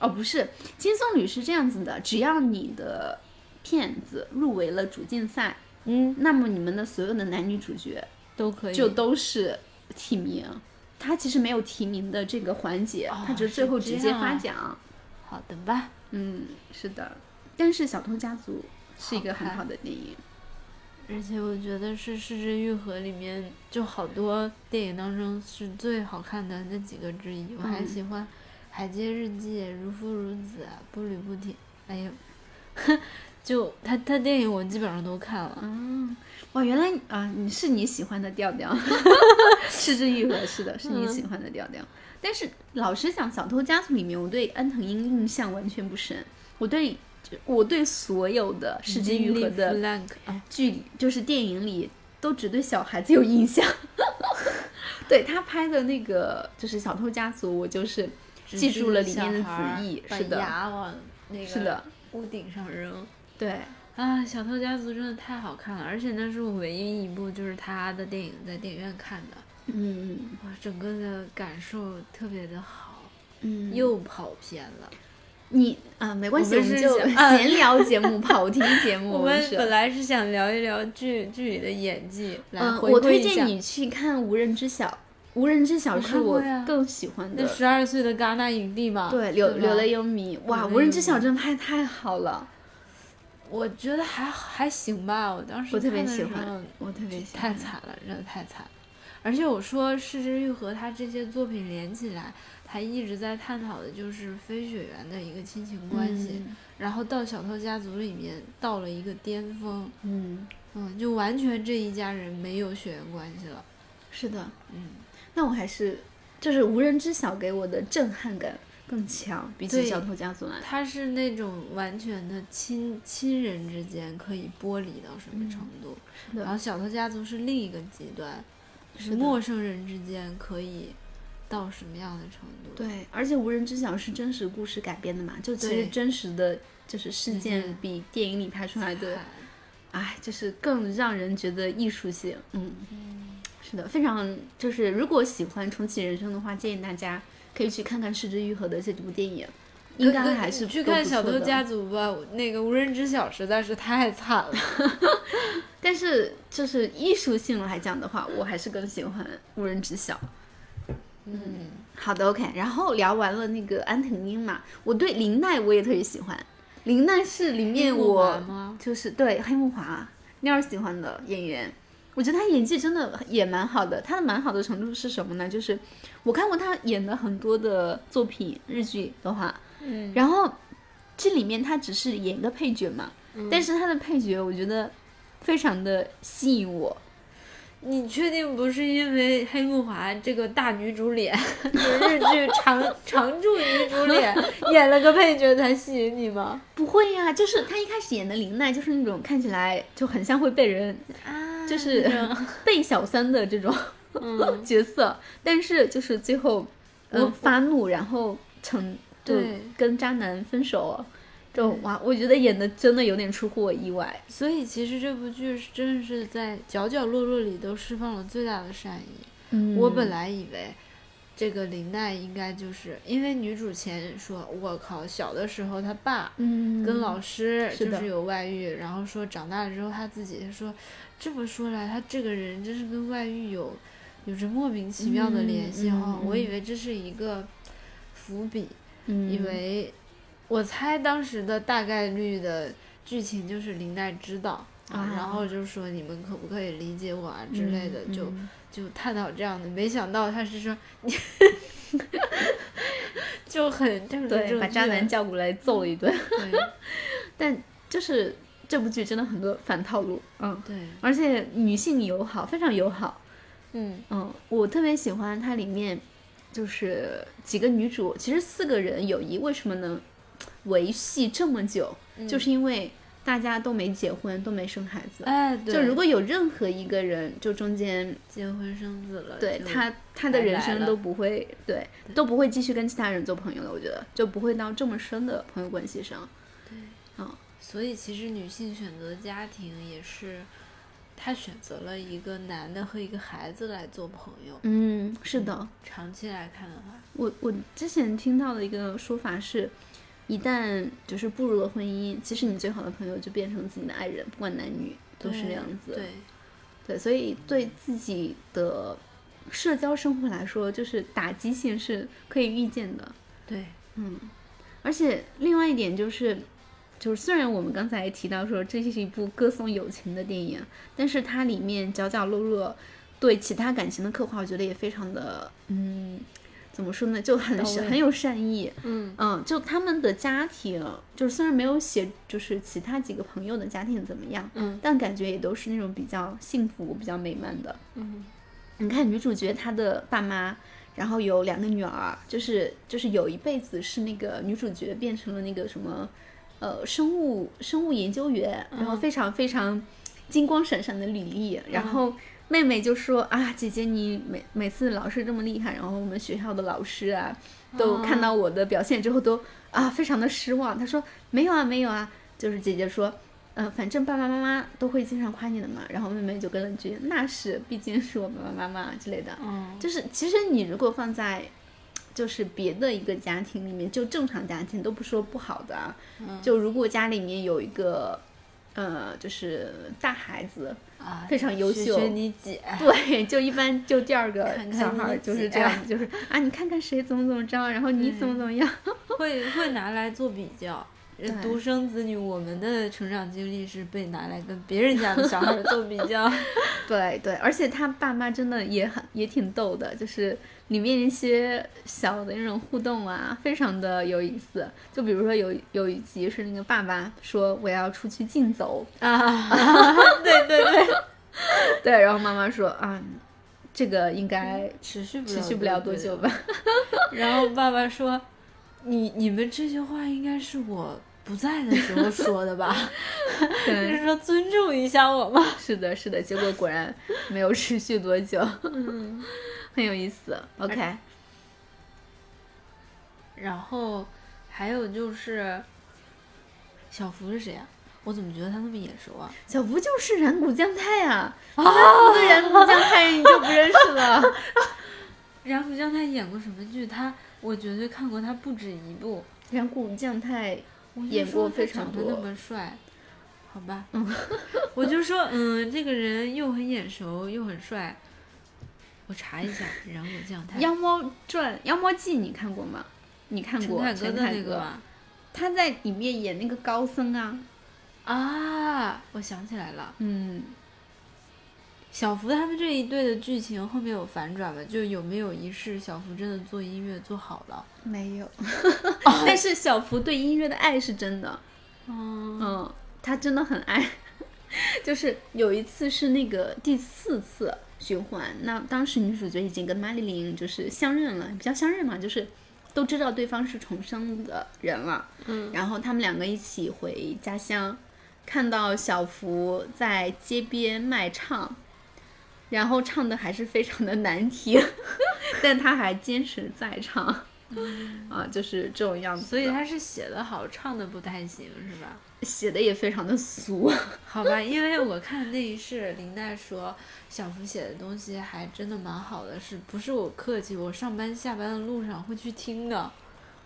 哦，不是，金棕榈是这样子的，只要你的片子入围了主竞赛，嗯，那么你们的所有的男女主角都可以，就都是提名。他其实没有提名的这个环节，哦他只是最是后这直接样发啊奖。好的吧。嗯，是的，但是《小偷家族》是一好个很看好的电影。而且我觉得是《失之愈合》里面就好多电影当中是最好看的那几个之一。我嗯还喜欢《啊海街日记》《如父如子》《步履不停》。哎呦， (laughs) 就他他电影我基本上都看了，嗯，哇，原来啊、你是你喜欢的调 (laughs) 调，嗤之以鼻，是的，是你喜欢的调调。但是老实讲，《小偷家族》里面，我对安藤樱印象完全不深，我对我对所有的世纪愈合的 Flank 啊，剧里就是电影里都只对小孩子有印象。 (laughs) 对他拍的那个就是《小偷家族》，我就是记住了里面的子意，是把的，牙往那个是的，屋顶上扔。对，啊，《小偷家族》真的太好看了，而且那是我唯一一部就是他的电影在电影院看的，嗯哇，整个的感受特别的好，嗯又又跑偏了。你啊，没关系，我我们们是就呃想啊 (laughs) 闲聊节目、跑题节 (laughs) 目，我们是本来是想聊一聊剧剧里的演技，来嗯，回我馈推一下荐。你去看《无人知晓》，《无人知晓我》是看我过呀更喜欢那的。十二岁的戛纳影帝嘛，对，柳吧柳雷优弥，哇，柳《雷无人优知晓弥》真的拍太好了，我觉得还好还行吧，我当时我特别看的喜时欢候我特别喜太欢。惨了，真的太惨了。而且我说《失之愈合》他这些作品连起来，他一直在探讨的就是非血缘的一个亲情关系，嗯然后到《小偷家族》里面到了一个巅峰，嗯，嗯，就完全这一家人没有血缘关系了，是的，嗯，那我还是就是《无人知晓》给我的震撼感更强，比起《对小偷家族》来。他是那种完全的亲亲人之间可以剥离到什么程度，嗯是的然后《小偷家族》是另一个极端，就是的陌生人之间可以到什么样的程度？对，而且《无人知晓》是真实故事改编的嘛，就其实对真实的就是事件嗯比电影里拍出来的哎，哎，就是更让人觉得艺术性。嗯，是的，非常就是如果喜欢重启人生的话，建议大家可以去看看《失之愈合》的这部电影，应该跟还是呃去都看《不小错偷的家族》吧，我那个无人知晓实在是太惨了。但是就是艺术性来讲的话，我还是更喜欢《无人知晓》。嗯，好的，OK。然后聊完了那个安藤樱嘛，我对林奈我也特别喜欢。林奈是里面木华我吗？就是对黑木华那儿喜欢的演员，我觉得他演技真的也蛮好的。他的蛮好的程度是什么呢？就是我看过他演的很多的作品，日剧的话，嗯，然后这里面他只是演一个配角嘛，嗯但是他的配角我觉得非常的吸引我。你确定不是因为黑木华这个大女主脸，就是日剧 (laughs) 常常驻女 (laughs) 主脸，演了个配角才吸引你吗？不会呀、就是他一开始演的林奈，就是那种看起来就很像会被人啊就是 (laughs) 被小三的这种嗯， (laughs) 角色，但是就是最后，嗯、我发怒，然后成就对跟渣男分手，就哇，我觉得演的真的有点出乎我意外。所以其实这部剧是真的是在角角落落里都释放了最大的善意。嗯我本来以为这个林奈应该就是因为女主前说，我靠，小的时候她爸嗯跟老师是就的是有外遇，然后说长大了之后她自己她说，这么说来，她这个人真是跟外遇有有着莫名其妙的联系嗯哈、嗯我以为这是一个伏笔，嗯以为我猜当时的大概率的剧情就是林奈知道。啊啊，然后就说你们可不可以理解我啊之类的，嗯就嗯就探讨这样的，没想到他是说， (laughs) 就很就是这对种把渣剧男叫过来揍了一顿，对 (laughs) 但就是这部剧真的很多反套路，嗯，对，而且女性友好，非常友好。嗯嗯，我特别喜欢它里面就是几个女主，其实四个人友谊为什么能维系这么久，嗯就是因为大家都没结婚，都没生孩子。哎，对就如果有任何一个人，就中间结婚生子了，对呃就他他的拜人拜生了都不会对都不会继续跟其他人做朋友了，我觉得就不会到这么深的朋友关系上。所以其实女性选择家庭也是，她选择了一个男的和一个孩子来做朋友。嗯，是的，长期来看的话，我我之前听到的一个说法是，一旦就是步入了婚姻，其实你最好的朋友就变成自己的爱人，不管男女都是这对样子。对，对所以对自己的社交生活来说，就是打击性是可以预见的。对，嗯，而且另外一点就是，就是虽然我们刚才提到说这是一部歌颂友情的电影，但是它里面角角落落对其他感情的刻画，我觉得也非常的，嗯，怎么说呢，就很到位很有善意。嗯嗯，就他们的家庭，就是虽然没有写，就是其他几个朋友的家庭怎么样，嗯但感觉也都是那种比较幸福、比较美满的。嗯你看女主角她的爸妈，然后有两个女儿，就是就是有一辈子是那个女主角变成了那个什么，呃，生物生物研究员，然嗯后非常非常金光闪闪的履历，然后。妹妹就说啊，姐姐你每每次老是这么厉害，然后我们学校的老师啊，都看到我的表现之后都啊非常的失望。她说没有啊没有啊，就是姐姐说嗯，反正爸爸妈妈都会经常夸你的嘛。然后妹妹就跟了一句：“那是，毕竟是我爸爸妈妈之类的。”嗯就是其实你如果放在就是别的一个家庭里面，就正常家庭都不说不好的啊。就如果家里面有一个呃，就是大孩子，啊，非常优秀学学你姐，对，就一般就第二个看看小孩儿你就是姐这样子，就是啊，你看看谁怎么怎么着，然后你怎么怎么样。 (laughs) 会会拿来做比较。对独生子女，我们的成长经历是被拿来跟别人家的小孩儿做比 (laughs) 较。对对，而且他爸妈真的也很也挺逗的，就是里面一些小的那种互动啊，非常的有意思。就比如说有有一集是那个爸爸说我要出去竞走，啊， (laughs) 对对 (laughs) 对，对，然后妈妈说啊，这个应该持续不持续不了多久吧？ (laughs) 然后爸爸说：“你你们这些话应该是我不在的时候说的吧？ (laughs) 就对，是说尊重一下我嘛。 (laughs) 是的，是的，结果果然没有持续多久，嗯 (laughs) 很有意思。OK，然后还有就是，小福是谁啊？我怎么觉得他那么眼熟啊？小福就是染谷将太啊，啊，对染谷将太你就不认识了。 (laughs) 然后让他演过什么剧？他我绝对看过他不止一部。染谷将太我就演说过他非常长得多嗯那么帅，好吧？我就说，嗯，这个人又很眼熟又很帅。我查一下，然后这样他《妖猫传》《妖猫记》你看过吗？你看陈过凯歌陈的凯那个歌，吧？他在里面演那个高僧啊，啊，我想起来了，嗯，小福他们这一对的剧情后面有反转吧？就有没有一世小福真的做音乐做好了？没 (laughs) 有，但是小福对音乐的爱是真的，嗯嗯，他真的很爱， (laughs) 就是有一次是那个第四次循环，那当时女主角已经跟玛丽琳就是相认了，比较相认嘛，就是都知道对方是重生的人了，嗯，然后他们两个一起回家乡，看到小福在街边卖唱，然后唱的还是非常的难听， (laughs) 但他还坚持在唱，啊，就是这种样子的，嗯所以他是写的好，唱的不太行，是吧？写的也非常的俗，好吧，因为我看那一世林黛说小福写的东西还真的蛮好的，是不是我客气？我上班下班的路上会去听的。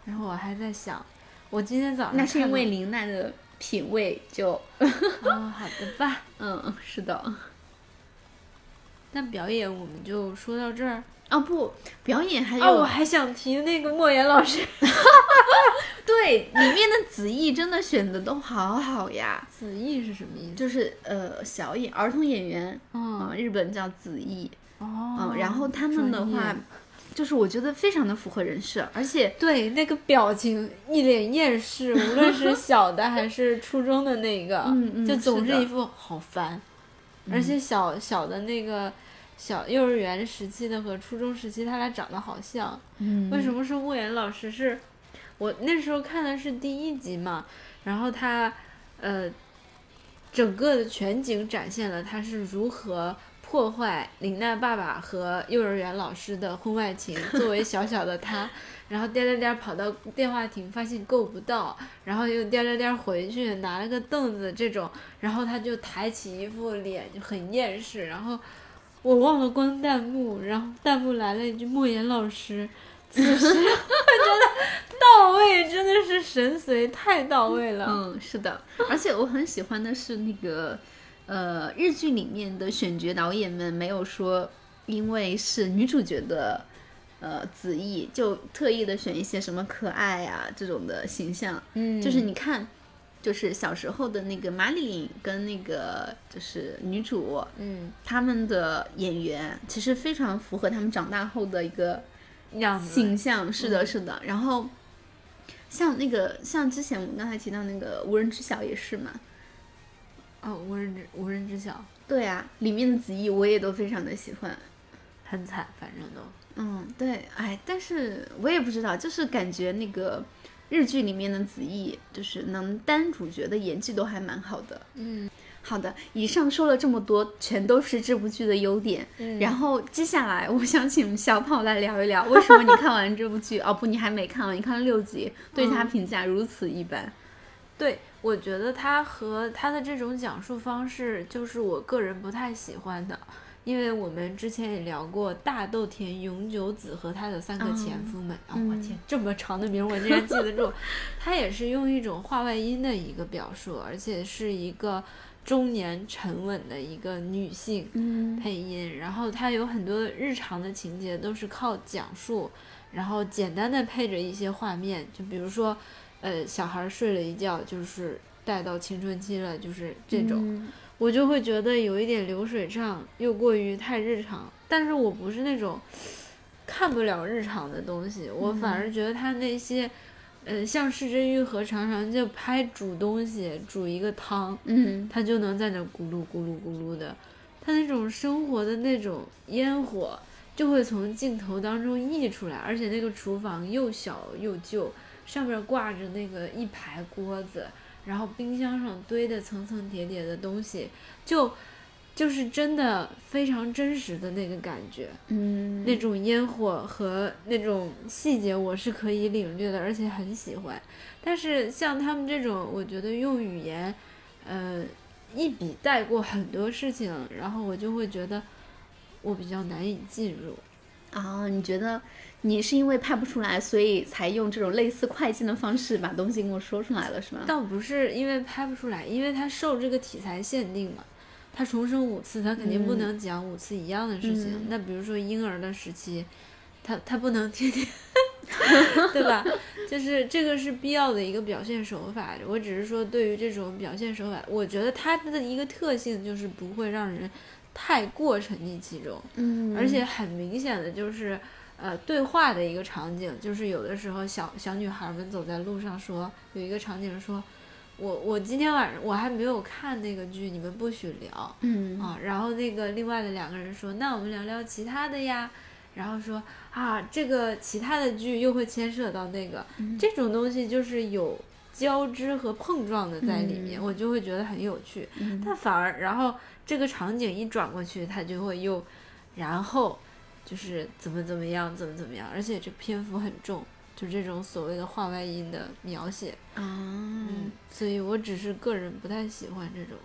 然后我还在想，我今天早上那是看因为到林奈的品味就，哦，好的吧。嗯，是的。那表演我们就说到这儿。啊不，表演还有、哦，我还想提那个莫言老师，对里面的子艺真的选的都好好呀，子艺是什么意思？就是呃小演儿童演员，嗯嗯，日本叫子艺，哦嗯，然后他们的专话业，就是我觉得非常的符合人设，而且对那个表情一脸厌世，无论 (laughs) 是小的还是初中的那个，嗯嗯就总是是的嗯一副好烦。而且小小的那个小幼儿园时期的和初中时期，他俩长得好像。嗯为什么说莫言老师是？我那时候看的是第一集嘛，然后他，呃，整个的全景展现了他是如何破坏林奈爸爸和幼儿园老师的婚外情。作为小小的他，然后颠颠颠跑到电话亭，发现够不到，然后又颠颠颠回去拿了个凳子这种，然后他就抬起一副脸就很厌世，然后我忘了关弹幕，然后弹幕来了一句莫言老师，此时我觉得到位，真的是神髓，太到位了。嗯是的，而且我很喜欢的是那个呃日剧里面的选角导演们没有说因为是女主角的。呃，子艺就特意的选一些什么可爱啊这种的形象，嗯就是你看，就是小时候的那个马丽琳跟那个就是女主，嗯他们的演员其实非常符合他们长大后的一个样子形象，是的，是的。然后像那个，像之前我们刚才提到那个无人知晓也是嘛，哦，无人知无人知晓，对啊，里面的子毅我也都非常的喜欢。很惨，反正都嗯，对，哎，但是我也不知道，就是感觉那个日剧里面的子毅，就是能当主角的演技都还蛮好的。嗯，好的，以上说了这么多，全都是这部剧的优点。嗯然后接下来，我想请小跑来聊一聊，为什么你看完这部剧？ (laughs) 哦不，你还没看完，你看了六集，对他评价如此一般。对，我觉得他和他的这种讲述方式，就是我个人不太喜欢的，因为我们之前也聊过大豆田永久子和她的三个前夫们。啊、我天，这么长的名儿我竟然记得住！他也是用一种话外音的一个表述，而且是一个中年沉稳的一个女性。嗯配音，然后它有很多日常的情节都是靠讲述，然后简单的配着一些画面，就比如说，呃，小孩睡了一觉，就是带到青春期了，就是这嗯种，我就会觉得有一点流水账，又过于太日常。但是我不是那种看不了日常的东西，我反而觉得他那些，呃，像是之愈合常常就拍煮东西，煮一个汤，嗯它就能在那咕噜咕噜咕噜的，它那种生活的那种烟火就会从镜头当中溢出来，而且那个厨房又小又旧，上面挂着那个一排锅子，然后冰箱上堆的层层叠叠的东西，就就是真的非常真实的那个感觉，嗯，那种烟火和那种细节我是可以领略的，而且很喜欢。但是像他们这种，我觉得用语言，呃，一笔带过很多事情，然后我就会觉得我比较难以进入。啊、你觉得你是因为拍不出来，所以才用这种类似快进的方式把东西给我说出来了，是吗？倒不是因为拍不出来，因为它受这个题材限定嘛。它重生五次，它肯定不嗯能讲五次一样的事情。嗯那比如说婴儿的时期，它它不能 (laughs) 天天，对吧？就是这个是必要的一个表现手法。我只是说，对于这种表现手法，我觉得它的一个特性就是不会让人太过沉溺其中。嗯而且很明显的就是，呃，对话的一个场景，就是有的时候小小女孩们走在路上说，有一个场景说，我我今天晚上我还没有看那个剧，你们不许聊嗯啊。然后那个另外的两个人说，那我们聊聊其他的呀。然后说啊，这个其他的剧又会牵涉到那个，嗯这种东西就是有交织和碰撞的在里面，嗯我就会觉得很有趣。嗯但反而，然后这个场景一转过去，他就会又，然后就是怎么怎么样，怎么怎么样，而且这篇幅很重，就这种所谓的话外音的描写，啊，嗯，所以我只是个人不太喜欢这种，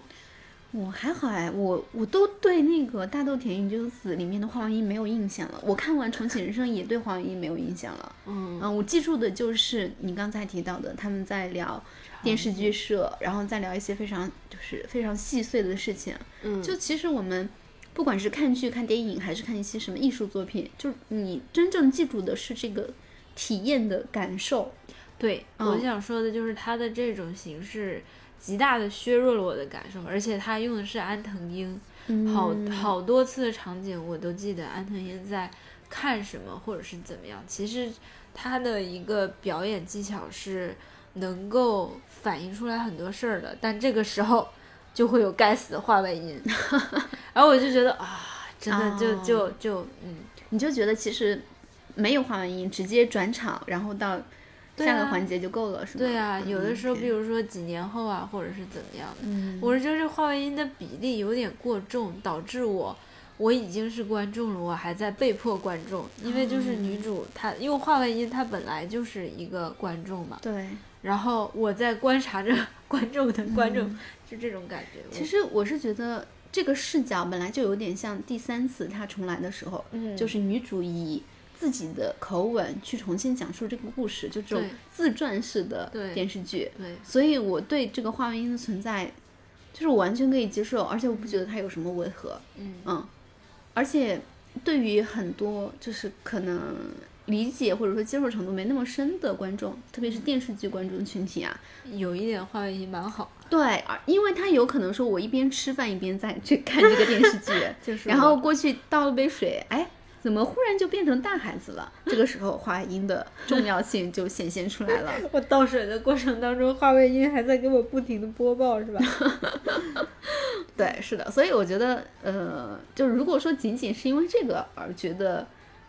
我还好哎，我我都对那个《大豆田永久子》里面的黄文一没有印象了。我看完《重启人生》也对黄文一没有印象了。嗯，嗯，我记住的就是你刚才提到的，他们在聊电视剧社，嗯然后再聊一些非常就是非常细碎的事情。嗯就其实我们不管是看剧、看电影，还是看一些什么艺术作品，就是你真正记住的是这个体验的感受。对，我嗯想说的就是他的这种形式极大的削弱了我的感受，而且他用的是安藤樱，好好多次的场景我都记得安藤樱在看什么或者是怎么样。其实他的一个表演技巧是能够反映出来很多事儿的，但这个时候就会有该死的话外音，然后我就觉得啊，真的就就就嗯，你就觉得其实没有画完音，直接转场，然后到对下个啊环节就够了，是吗？对啊，有的嗯时候对比如说几年后啊，或者是怎么样的。嗯，我是觉得这话外音的比例有点过重，导致我我已经是观众了，我还在被迫观众，因为就是女主她用话外音，她本来就是一个观众嘛，对。然后我在观察着 (laughs) 观众的观众，就这种感觉。其我，实我是觉得这个视角本来就有点像第三次她重来的时候，嗯就是女主以自己的口吻去重新讲述这个故事，就这种对自传式的对电视剧。对，所以我对这个画面音的存在，就是我完全可以接受，而且我不觉得它有什么违和。嗯嗯，而且对于很多就是可能理解或者说接受程度没那么深的观众，特别是电视剧观众群体啊，有一点话外音蛮好，对，而因为他有可能说我一边吃饭一边在去看这个电视剧， (laughs) 就是然后过去倒了杯水，哎，怎怎么忽然就变成大孩子了？这个时候话音的重要性就显现出来了。我倒水的过程当中，话外音还在给我不停的播报，是吧？对，是的，所以我觉得，呃，就是如果说仅仅是因为这个而觉得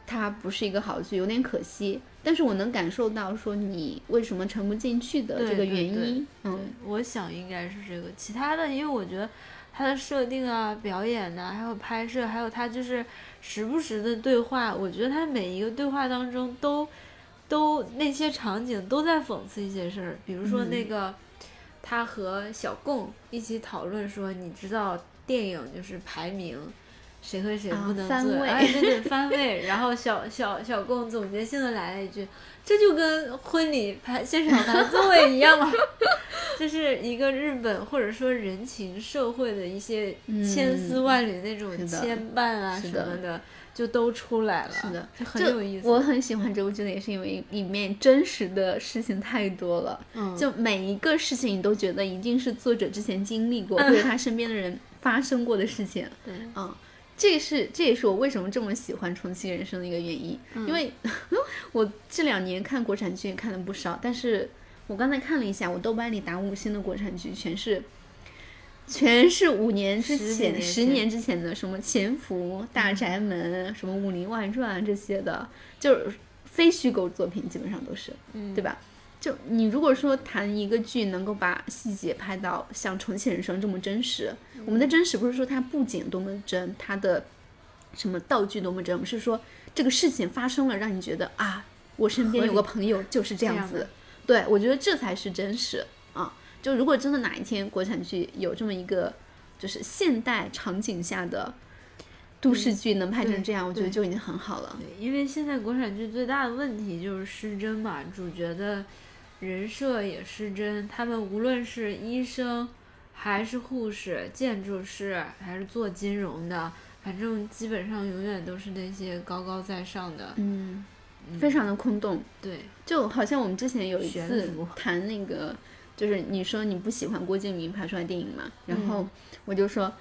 它不是一个好剧，有点可惜。但是我能感受到说你为什么沉不进去的这对个对原因，对嗯，我想应该是这个，其他的，因为我觉得他的设定啊、表演呐、还有拍摄，还有他就是时不时的对话，我觉得他每一个对话当中都都那些场景都在讽刺一些事儿，比如说那嗯个、他和小贡一起讨论说，你知道电影就是排名。谁和谁啊不能番做？位哎，对对，番位。 (laughs) 然后小小小贡总结性的来了一句：“这就跟婚礼排现场排座位一样嘛。” (laughs) 这是一个日本或者说人情社会的一些千丝万缕那种嗯是的牵绊啊什是的么的，就都出来了，是的就很这有意思。我很喜欢这部剧的，也是因为里面真实的事情太多了，嗯就每一个事情你都觉得一定是作者之前经历 (laughs) 过，或者他身边的人发生过的事情。对嗯，这是这也是我为什么这么喜欢重启人生的一个原因，嗯因为我这两年看国产剧也看了不少，但是我刚才看了一下，我豆瓣里打五星的国产剧全是。全是五年之十几前、年十前嗯年之前的，什么《潜伏》《大宅门》什么《武林外传》这些的，就是非虚构作品，基本上都是，嗯对吧？就你如果说谈一个剧能够把细节拍到像《重启人生》这么真实，我们的真实不是说它布景多么真，它的什么道具多么真，我们是说这个事情发生了，让你觉得啊，我身边有个朋友就是这样这样子的。对，我觉得这才是真实啊！就如果真的哪一天国产剧有这么一个，就是现代场景下的都市剧能拍成这样，嗯对我觉得对就已经很好了。对因为现在国产剧最大的问题就是失真嘛，主角的人设也失真，他们无论是医生，还是护士、建筑师，还是做金融的，反正基本上永远都是那些高高在上的，嗯，非常的空洞。对，就好像我们之前有一悬次浮谈那个，就是你说你不喜欢郭敬明拍出来电影嘛，然嗯后我就说，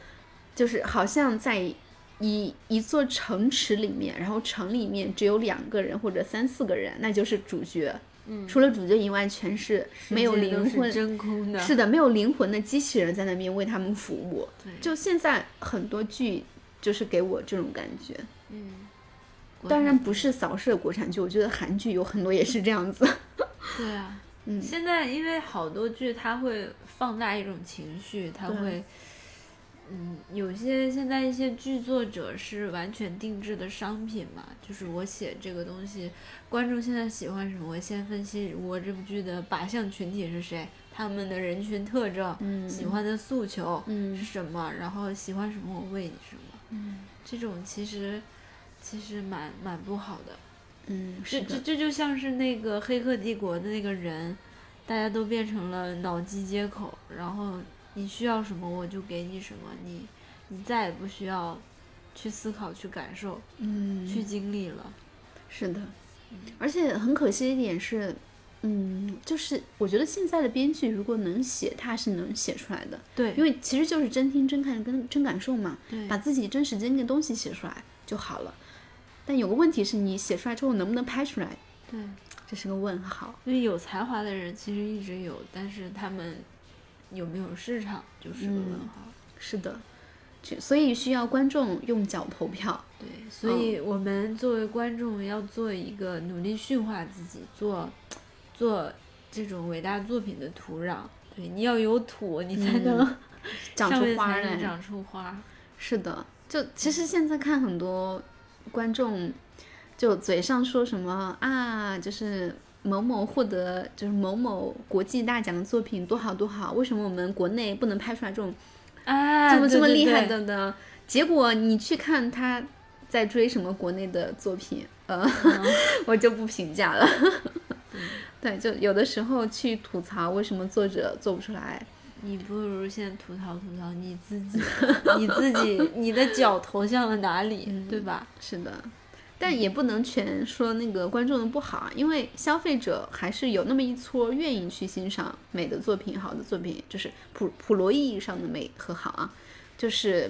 就是好像在一一座城池里面，然后城里面只有两个人或者三四个人，那就是主角，嗯，除了主角以外，全是没有世界都灵是魂，真空的，是的，没有灵魂的机器人在那边为他们服务。对就现在很多剧就是给我这种感觉，嗯，当然不是扫射国产剧，我觉得韩剧有很多也是这样子。对啊，嗯现在因为好多剧它会放大一种情绪，它对会，嗯，有些现在一些剧作者是完全定制的商品嘛，就是我写这个东西，观众现在喜欢什么，我先分析我这部剧的靶向群体是谁，他们的人群特征，嗯喜欢的诉求嗯是什么，然后喜欢什么我为你什么，嗯这种其实其实蛮蛮不好的。嗯，是这这的，这就像是那个《黑客帝国》的那个人，大家都变成了脑机接口，然后你需要什么我就给你什么，你你再也不需要去思考、去感受、嗯，去嗯经历了。是的，而且很可惜的一点是，嗯，就是我觉得现在的编剧如果能写，他是能写出来的，对，因为其实就是真听真看跟真感受嘛，对把自己真实经历的东西写出来就好了。但有个问题是你写出来之后能不能拍出来，对，这是个问号。因为有才华的人其实一直有，但是他们有没有市场就是个问嗯号。是的，就所以需要观众用脚投票。对，所以我们作为观众要做一个努力驯化自己，做做这种伟大作品的土壤。对，你要有土，你才能、嗯长上出面花才来能长出花。是的，就其实现在看很多观众，就嘴上说什么啊，就是某某获得就是某某国际大奖的作品多好多好，为什么我们国内不能拍出来这种啊，这么、这么对厉害？对的呢？结果你去看他在追什么国内的作品，呃，嗯 (laughs) 我就不评价了。 (laughs) 对，就有的时候去吐槽为什么作者做不出来，对你不如先吐槽吐槽你自己，你自 (laughs) 己，你的脚投向了哪里，嗯对吧？是的，但也不能全说那个观众的不好啊，因为消费者还是有那么一撮愿意去欣赏美的作品、好的作品，就是普普罗意义上的美和好啊，就是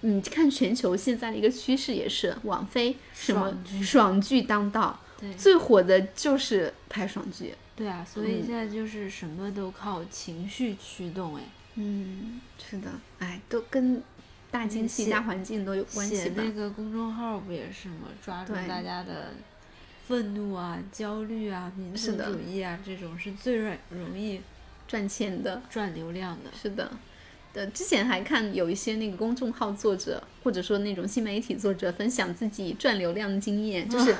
你看全球现在的一个趋势也是，网飞什么爽剧爽剧当道，对最火的就是拍爽剧。对啊，所以现在就是什么都靠情绪驱动，哎，嗯，是的，哎，都跟大经济、写大环境都有关系写吧那。个公众号不也是吗？抓住对大家的愤怒啊、焦虑啊、民是族的主义啊，这种是最容容易赚钱的，赚流量的。是的。对，之前还看有一些那个公众号作者，或者说那种新媒体作者分享自己赚流量的经验，就是、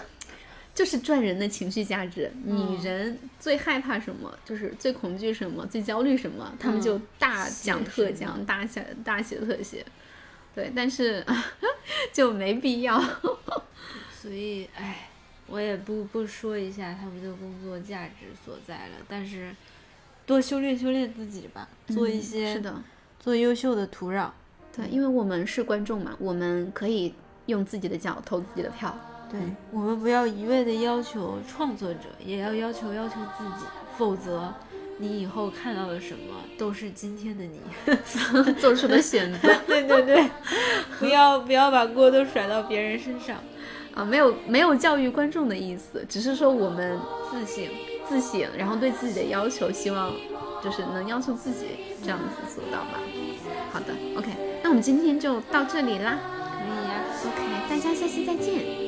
就是赚人的情绪价值。啊嗯你人最害怕什么？就是最恐惧什么？最焦虑什么？他们就嗯大写讲特什么讲，大写大写特写。对，但是 (laughs) 就没必要。所以，哎，我也不不说一下他们的工作价值所在了，但是多修炼修炼自己吧， (laughs) 做一嗯些、是的，做优秀的土壤。对，因为我们是观众嘛，我们可以用自己的脚投自己的票。 (laughs) 对嗯我们不要一味的要求创作者，也要要求要求自己，否则你以后看到了什么都是今天的你。 (laughs) 做出的选择 (laughs) 对对对，不要不要把锅都甩到别人身上，啊，没有没有教育观众的意思，只是说我们自省。自省，然后对自己的要求，希望就是能要求自己这样子做到吧。好的，OK，那我们今天就到这里啦可以呀、啊，OK，大家下期再见。